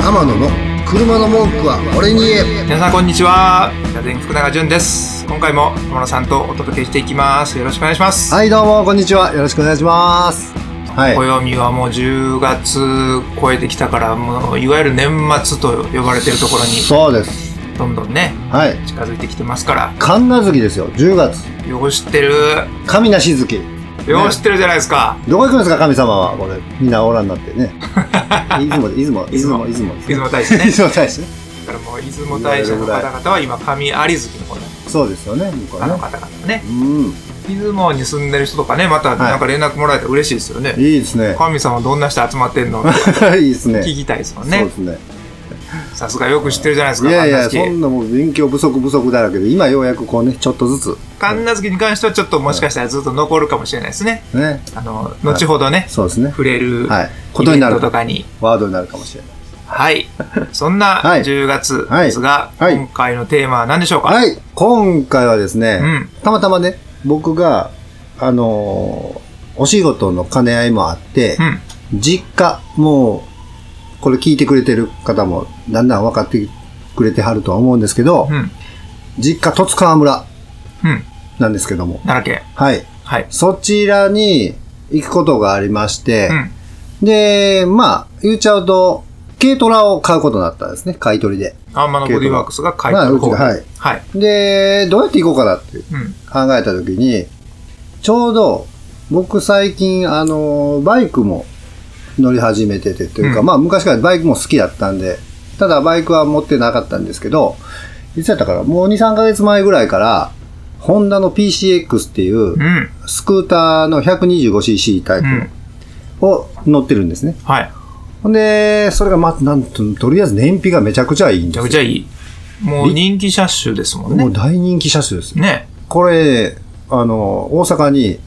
天野の車の文句は俺に言え皆さんこんにちは野電福永潤です今回も天野さんとお届けしていきますよろしくお願いします、はい、どうも、こんにちは。よろしくお願いします。はい。暦はもう10月超えてきたからもういわゆる年末と呼ばれてるところにそうです。どんどんねはい。近づいてきてますから神無月ですよ。10月。よう知ってる神無し月。よう知ってるじゃないですか、どこ行くんですか、神様は。これ、みんなオラになってね。 出雲で、出雲、出雲、出雲。出雲大ね。 社ね出雲大社ね。だからもう出雲大社の方々は今上有月の方のそうですよね、向こうあのね。方々ねうん。出雲に住んでる人とかねまたなんか連絡もらえたら嬉しいですよね、いいですね。神様どんな人集まってんのいいですね。聞きたいですもんそうねですね。さすがよく知ってるじゃないですいかやい神や、奈そ月んなもう勉強不足不足だらけで、今ようやくこうね、ちょっとずつ。神奈月に関してはちょっともしかしたらずっと残るかもしれないですねね。あの後ほどねそうですね。触れるはい。こイとベにンなトると。かにワードになるかもしれない。 はいそんなはい10月ですがはいはい今回のテーマは何でしょうかはい、今回はですね、うんたまたまね、僕が、あのーお仕事の兼ね合いもあってう、ん実家、もう、これ聞いてくれてる方も、だんだん分かってくれてはるとは思うんですけど、うん実家、十津川村うんなんですけども、奈良県はい、はいそちらに行くことがありましてう、んで、まあ、言っちゃうと、軽トラを買うことになったんですね、買い取りで。アンマのボディワークスが書いてまあるう方ちがはいはいで、どうやって行こうかなっていう。うん考えた時に、ちょうど僕最近あの、バイクも乗り始めててというか、うんまあ昔からバイクも好きだったんで、ただバイクは持ってなかったんですけど、いつやったからもう2、3ヶ月前ぐらいから、ホンダの PCX っていうう、んスクーターの 125cc タイうんプを乗ってるんですね。はいほんで、それがま、なんと、とりあえず燃費がめちゃくちゃいいんめちでゃすよ。くちゃいいもう人気車種ですもんもうね大人気車種です。ねこれ、あの、大阪に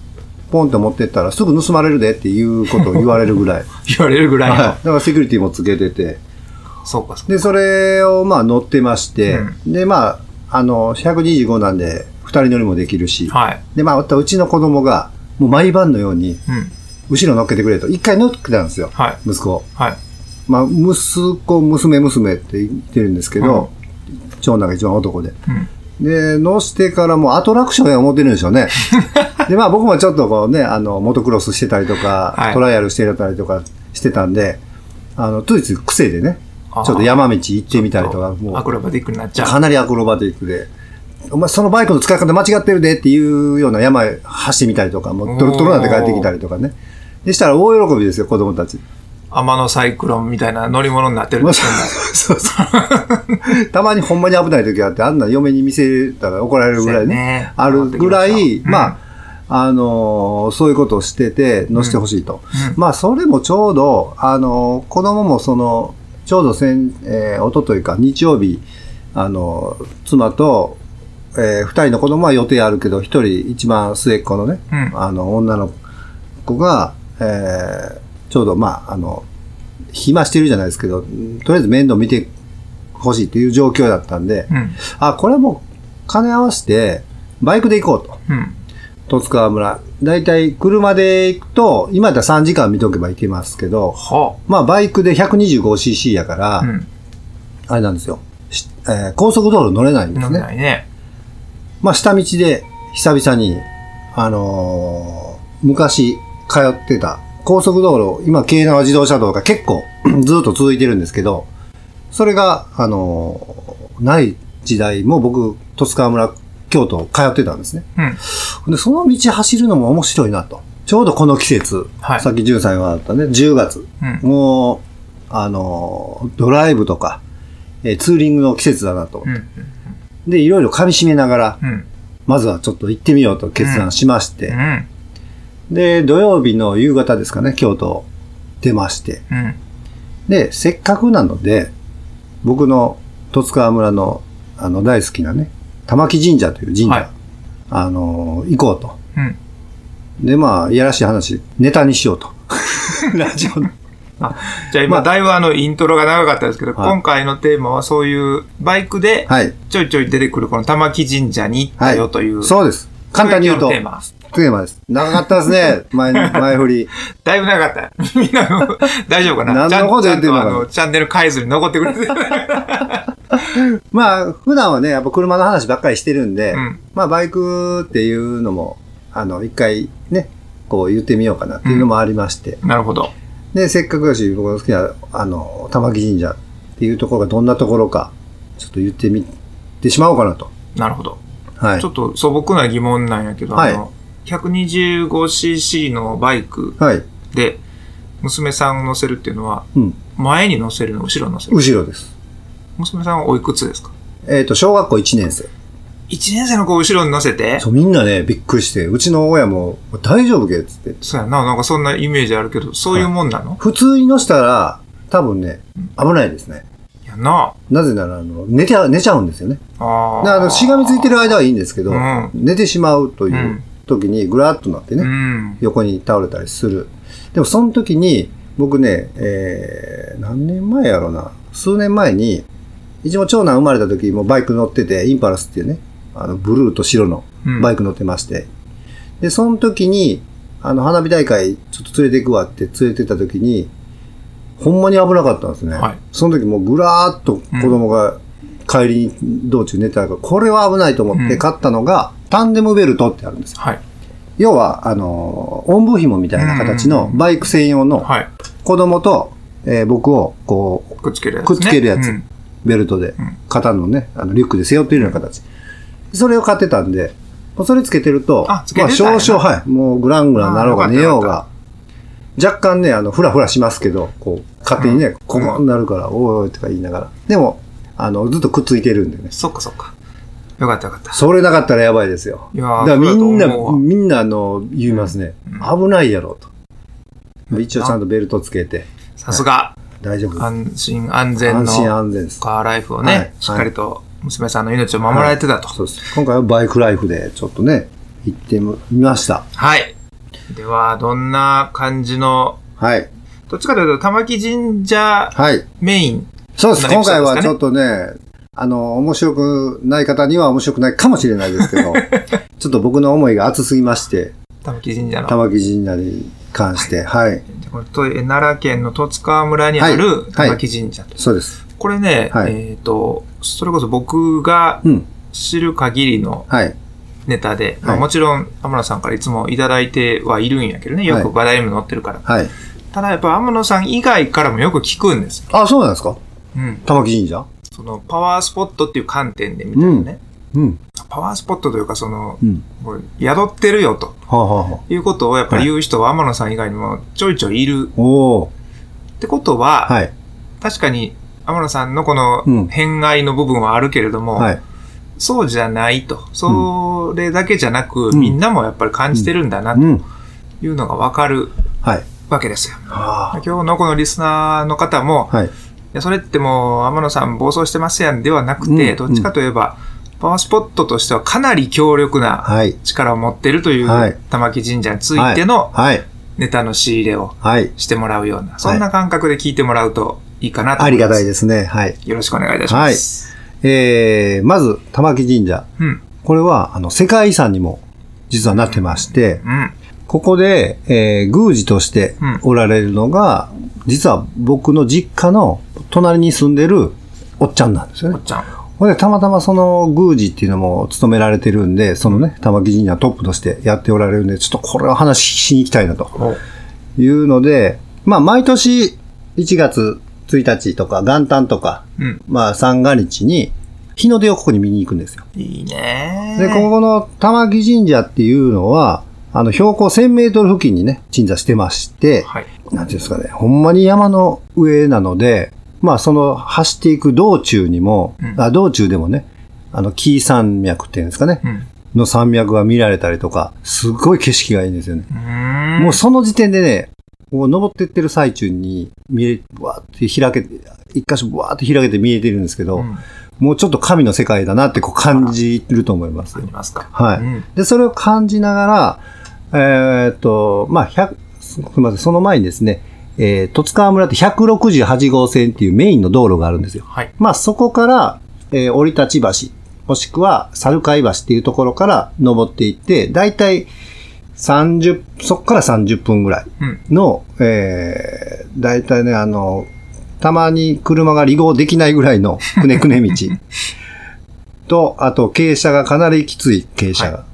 ポンと持ってったらすぐ盗まれるでっていうことを言われるぐ らい。言われるぐらいはい。のだからセキュリティもつけてて。そうかそうかで、それをまあ乗ってまして、で、まあ、あの、125なんで2人乗りもできるし、はいで、まあ、うちの子供がもう毎晩のようにうん後ろ乗っけてくれと、一回乗ってたんですよ、はい息子を。はいまあ、息子、娘、娘って言ってるんですけど、長男が一番男で。うんで、乗してからもうアトラクションや思ってるんでしょう ね。で、まあ僕もちょっとこうね、あの、モトクロスしてたりとか、はいトライアルしてたりとかしてたんで、あの、ついつい癖でね、あーちょっと山道行ってみたりとか、もアクう、ロバティックになっちゃうかなりアクロバティックで、お前そのバイクの使い方間違ってるでっていうような山へ走ってみたりとか、もうドロドロなんて帰ってきたりとかね。でしたら大喜びですよ、子供た ち。天のサイクロンみたいな乗り物になってるんまであすそうそうそう。たまにほんまに危ない時があって、あんな嫁に見せたら怒られるぐらいね。ねあるぐらい、うんまあ、あのーそういうことをしてて、乗してほしいと。うんまあ、それもちょうど、あのー子供もその、ちょうど先、えー、おとといか、日曜日、あのー妻と、えー二人の子供は予定あるけど、一人、一番末っ子のね、うんあの、女の子が、えーちょうど、まあ、あの、暇してるじゃないですけど、うんとりあえず面倒見てほしいっていう状況だったんで、うんあ、これはもう、金合わせて、バイクで行こうと。うん十津川村。だいたい車で行くと、今だったら3時間見とけば行けますけど、はまあバイクで 125cc やから、あうんあれなんですよ、しえー高速道路乗れないんで飲すめねな。いねまあ下道で久々に、あのー昔通ってた高速道路、今京奈和自動車道が結構 ずっと続いてるんですけど、それが、あのーない時代も僕、十津川村、京都通ってたんですね。うんで、その道走るのも面白いなと。ちょうどこの季節、はいさっき13歳はあったね、10月。うんもう、あのードライブとか、えーツーリングの季節だなとう。んで、いろいろ噛み締めながら、うんまずはちょっと行ってみようと決断しまして、うんで、土曜日の夕方ですかね、京都を出まして、うんで、せっかくなので、僕の十津川村のあの大好きなね、玉木神社という神社、はいあのー行こうと。うんで、まあ、いやらしい話、ネタにし ようと。ラジオの。じゃあま今あだいぶあのイントロが長かったですけどはい今回のテーマはそういうバイクではい。ちょいちょい出てくるこの玉木神社に行ったよというそうです。簡単に言うとそれが今日のテ、テーマです。長かったですね、前、前振 り。だいぶ長かった。みんなも、大丈夫かな何のことちゃ言んっちてんのゃんとかあなの、チャンネル変えずに残ってくれて。まあ、普段はね、やっぱ車の話ばっかりしてるんで、うんまあ、バイクっていうのも、あの、一回ね、こう言ってみようかなっていうのもありまして。なるほど。で、せっかくだし、僕の好きな、あの、玉木神社っていうところがどんなところか、ちょっと言ってみてしまおうかなと。なるほど。はいちょ。っと素朴な疑問なんやけど、はいあの、125cc のバイクはい。で、娘さんを乗せるっていうのは、うん。前に乗せるの、後ろに乗せる。後ろです。娘さんはおいくつですかえっ、と、小学校1年生。 ?1 年生の子を後ろに乗せてそう、みんなね、びっくりして、うちの親も、大丈夫けっつって。そうやな、なんかそんなイメージあるけど、そういうもんなの、普通に乗せたら、多分ね、危ないですね。い、やな。なぜなら、あの、寝て、寝ちゃうんですよね。あであ。あの、しがみついてる間はいいんですけど、うん寝てしまうといううん時に、ぐらっとなってね、うん。横に倒れたりする。でもその時に、僕ね、えー、何年前やろな。数年前に、一応長男生まれた時もバイク乗ってて、インパルスっていうね、あの、ブルーと白のうんバイク乗ってまして。で、その時に、あの、花火大会ちょっと連れて行くわって連れてった時に、ほんまに危なかったんですね。はいその時もうぐらーっと子供が帰りに道中寝てたから、これは危ないと思っうてん買ったのが、タンデムベルトってあるんですよはい。要は、あの、おんぶ紐みたいな形のバイク専用のはい。子供と、えー僕をこう、くっつけるやつ、ね。くっつけるやつうんベルトでん、肩のね、あのリュックで背負っているような形。それを買ってたんで、もうそれつけてると、あつけまてあたんや少々、はい、もうグラングランなろうあがー寝ようよかが、若干ね、あの、ふらふらしますけど、こう、勝手にね、ここになるから、おいおいとか言いながら。でも、あの、ずっとくっついてるんでね。そっかそっか。よかったよかった。それなかったらやばいですよ。いやだーからみんなそうだと思うわ、みんなあの、言いますね。危ないやろ、と。一応ちゃんとベルトつけて、さすが、大丈夫です。安心安全安心の安全です。カーライフをね、はいしっかりと娘さんの命を守られてたと。はい。そうです。今回はバイクライフでちょっとね、行ってみました。では、どんな感じの、はい。どっちかというと、玉木神社はい。メイン。そうです。こんなエ今回ピソードですかねはちょっとね、あの、面白くない方には面白くないかもしれないです けど、ちょっと僕の思いが熱すぎまして、玉木神社の。玉木神社に関して、はい。でこれとえ奈良県の十津川村にあはいはるい玉木神社と。そうです。これね、はいえっ、と、それこそ僕がうん。知る限りのはい。ネタで、まあはいもちろん天野さんからいつもいただいてはいるんやけどね、よはいく話題にも載ってるから。はい。ただやっぱ天野さん以外からもよく聞くんですよ。あ、そうなんですかうん。玉木神社そのパワースポットっていう観点で見たらね、うん。パワースポットというかその、うん。もう宿ってるよとはあ、はあはあ、いうことをやっぱり言う人は天野さん以外にもちょいちょいいるおおってことは、はい。確かに天野さんのこうのん偏愛の部分はあるけれども、はい。そうじゃないと。それだけじゃなく、うんみんなもやっぱり感じてるんだなとうん。いうのがわかるはい。わけですよ。は今日のこのリスナーの方も、はい。いやそれってもう天野さん暴走してますやんではなくて、うんどっちかといえば、パワースポットとしてはかなり強力なはい。力を持ってるという、はい玉木神社についてのはい。ネタの仕入れをはい。してもらうような、そんな感覚で聞いてもらうといいかなとあ思りいまがす。たいですね。はい。よろしくお願いいたします。えー、まず、玉木神社。うん。これは、あの、世界遺産にも実はなってまして、うん。ここで、えー、宮司としてうんおられるのが、実は僕の実家の隣に住んでるおっちゃんなんですよおねっ。ちゃん。ほんで、たまたまその宮司っていうのも務められてるんで、そのね、玉木神社トップとしてやっておられるんで、ちょっとこれは話しに行きたいなと。おいうので、まあ、毎年1月1日とか元旦とか、うん。まあ、三が日に、日の出をここに見に行くんですよ。いいねで、ここの玉木神社っていうのは、あの、標高1000メートル付近にね、鎮座してまして、はい。なんていうんですかね、ほんまに山の上なので、まあ、その走っていく道中にも、うんあ道中でもね、あの、紀伊山脈っていうんですかねう、ん。の山脈が見られたりとか、すごい景色がいいんですよね。うーん。もうその時点でね、こう登ってってる最中に見え、わーって開けて、一箇所わーって開けて見えてるんですけど、うんもうちょっと神の世界だなってこう感じると思いますあ。りますか。はい。うん。で、それを感じながら、えーっと、まあ、100すみません、その前にですね、えー、戸塚川村って168号線っていうメインの道路があるんですよ。はい。まあ、そこから、えー、降り立ち橋、もしくは、猿海橋っていうところから登っていって、だいたい30、そっから30分ぐらいうん。の、えー、だいたいね、あの、たまに車が離合できないぐらいのくねくね道と、あと傾斜がかなりきつい傾斜が、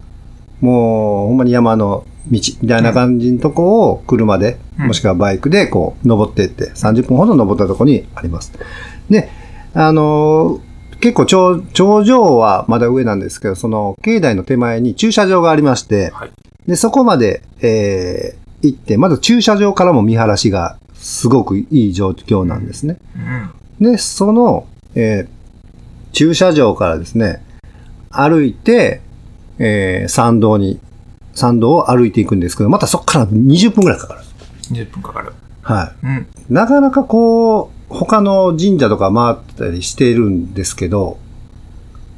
もうほんまに山の道みたいな感じのとこを車で、うんもしくはバイクでこう登ってって、30分ほど登ったとこにあります。で、あのー結構頂頂上はまだ上なんですけど、その境内の手前に駐車場がありまして、はいで、そこまで、えー行って、まだ駐車場からも見晴らしがすごくいい状況なんですね。うん。で、その、えー駐車場からですね、歩いて、えー参道に、参道を歩いていくんですけど、またそこから20分くらいかかる。 20分かかる。はい。うん。なかなかこう、他の神社とか回ったりしてるんですけど、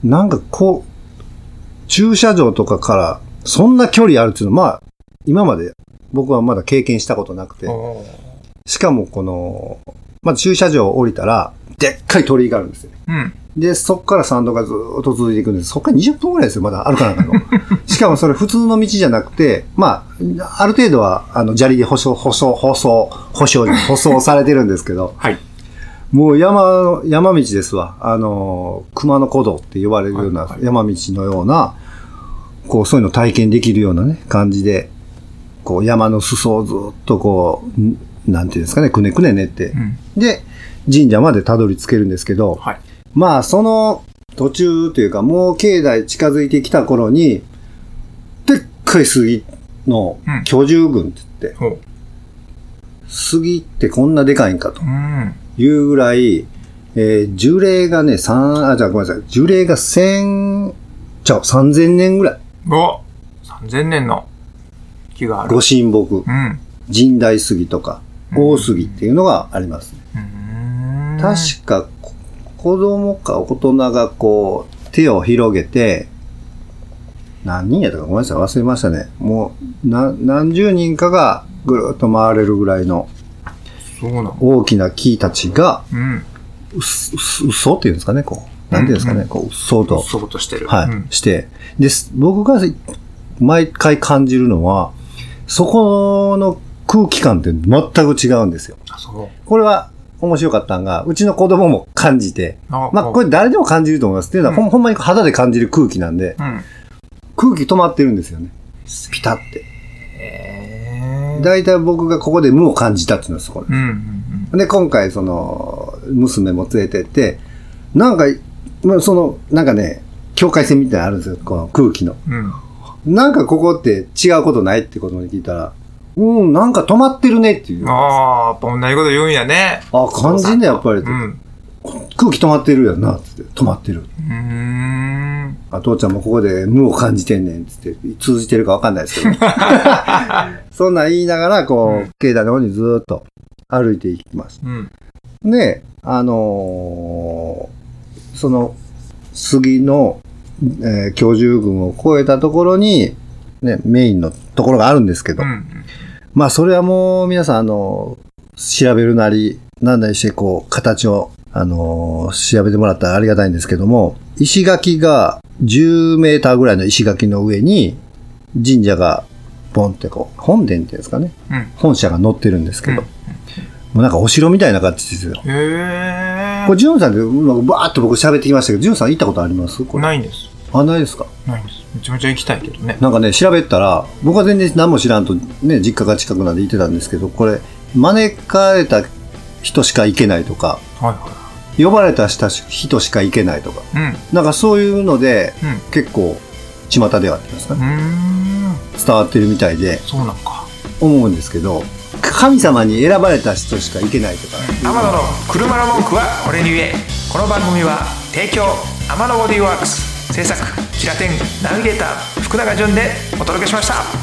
なんかこう、駐車場とかから、そんな距離あるっていうのは、まあ、今まで僕はまだ経験したことなくて、おーしかもこの、まず駐車場を降りたら、でっかい鳥居があるんですよ。うん。で、そっから参道がずーっと続いていくんです。そっから20分ぐらいですよ、まだ歩かなあかんの。しかもそれ普通の道じゃなくて、まあ、ある程度は、あの、砂利で舗装、舗装、舗装、舗装、舗装されてるんですけど、はい。もう山、山道ですわ。あの、熊野古道って呼ばれるようはいなは山道のような、こう、そういうの体験できるようなね、感じで、こう、山の裾をずーっとこう、んなんていうんですかね、くねくね練ってう、ん。で、神社までたどり着けるんですけど、はい。まあ、その途中というか、もう境内近づいてきた頃に、でっかい杉のうん居住群って言って、ほう。杉ってこんなでかいんかとうん。いうぐらい、えー樹齢がね、三あ、じゃあごめんなさい、樹齢が千、ちゃう、三千年ぐらい。お !3000 年の木がある。ご神木う、ん。神代杉とか、大杉っていうのがあります。うーん。確か、こ子供か大人がこう、手を広げて、何人やったかごめんなさい、忘れましたね。もう、な何十人かがぐるっと回れるぐらいのそうなの。大きな木たちが、うん。うっす、うっすうっそうっていうんですかね、こう。なんていうんですかうね、こう、うっそうと。そうとしてる。はい、うん。して。です。僕が毎回感じるのは、そこの空気感って全く違うんですよ。あ、そう。これは面白かったんが、うちの子供も感じて、あまあ、これ誰でも感じると思います。っていうのは、ほん、ほんまに肌で感じる空気なんで、うん。空気止まってるんですよね。ピタって。へー大体僕がここで無を感じたっていうのはそこうん。うんうん。で。で、今回、その、娘も連れてって、なんか、まあその、なんかね、境界線みたいなのあるんですよ、この空気の。うん。なんかここって違うことないってことに聞いたら、うん、なんか止まってるねっていう。あああ、やっぱ同じこと言うんやね。感じんね、やっぱり。うん。空気止まってるやんな、つって。止まってる。うーん。あ父ちゃんもここで無を感じてんねんっつって、通じてるかわかんないですけど。 そんなん言いながら、こうんう、境内の方にずーっと歩いていきます。うん。で、あのーその、杉の、えー居住群を越えたところに、ね、メインのところがあるんですけど、うん。まあ、それはもう皆さん、あの、調べるなり、なんなりして、こう、形を、あの、調べてもらったらありがたいんですけども、石垣が10メーターぐらいの石垣の上に、神社が、ポンってこう、本殿っていうんですかね、うん本社が載ってるんですけど、うんもうなんかお城みたいな形ですよ。へえ。これ、ジュンさんで、うんバーっと僕喋ってきましたけど、ジュンさん行ったことありますこれ。ないんです。あ、ないですかないんです。めちゃめちゃ行きたいけどね。なんかね、調べたら、僕は全然何も知らんと、ね、実家が近くなんで行ってたんですけど、これ、招かれた人しか行けないとか、はいは呼ばれた人しか行けないとか、い。うん。なんかそういうので、うん。結構、巷ではって言いますかうね、ーん。伝わってるみたいで、そうなのか。思うんですけど、神様に選ばれた人しか行けないとか、天野の車の文句は俺に言えこの番組は提供天野ボディーワークス制作キラテンナビゲーター福永潤でお届けしました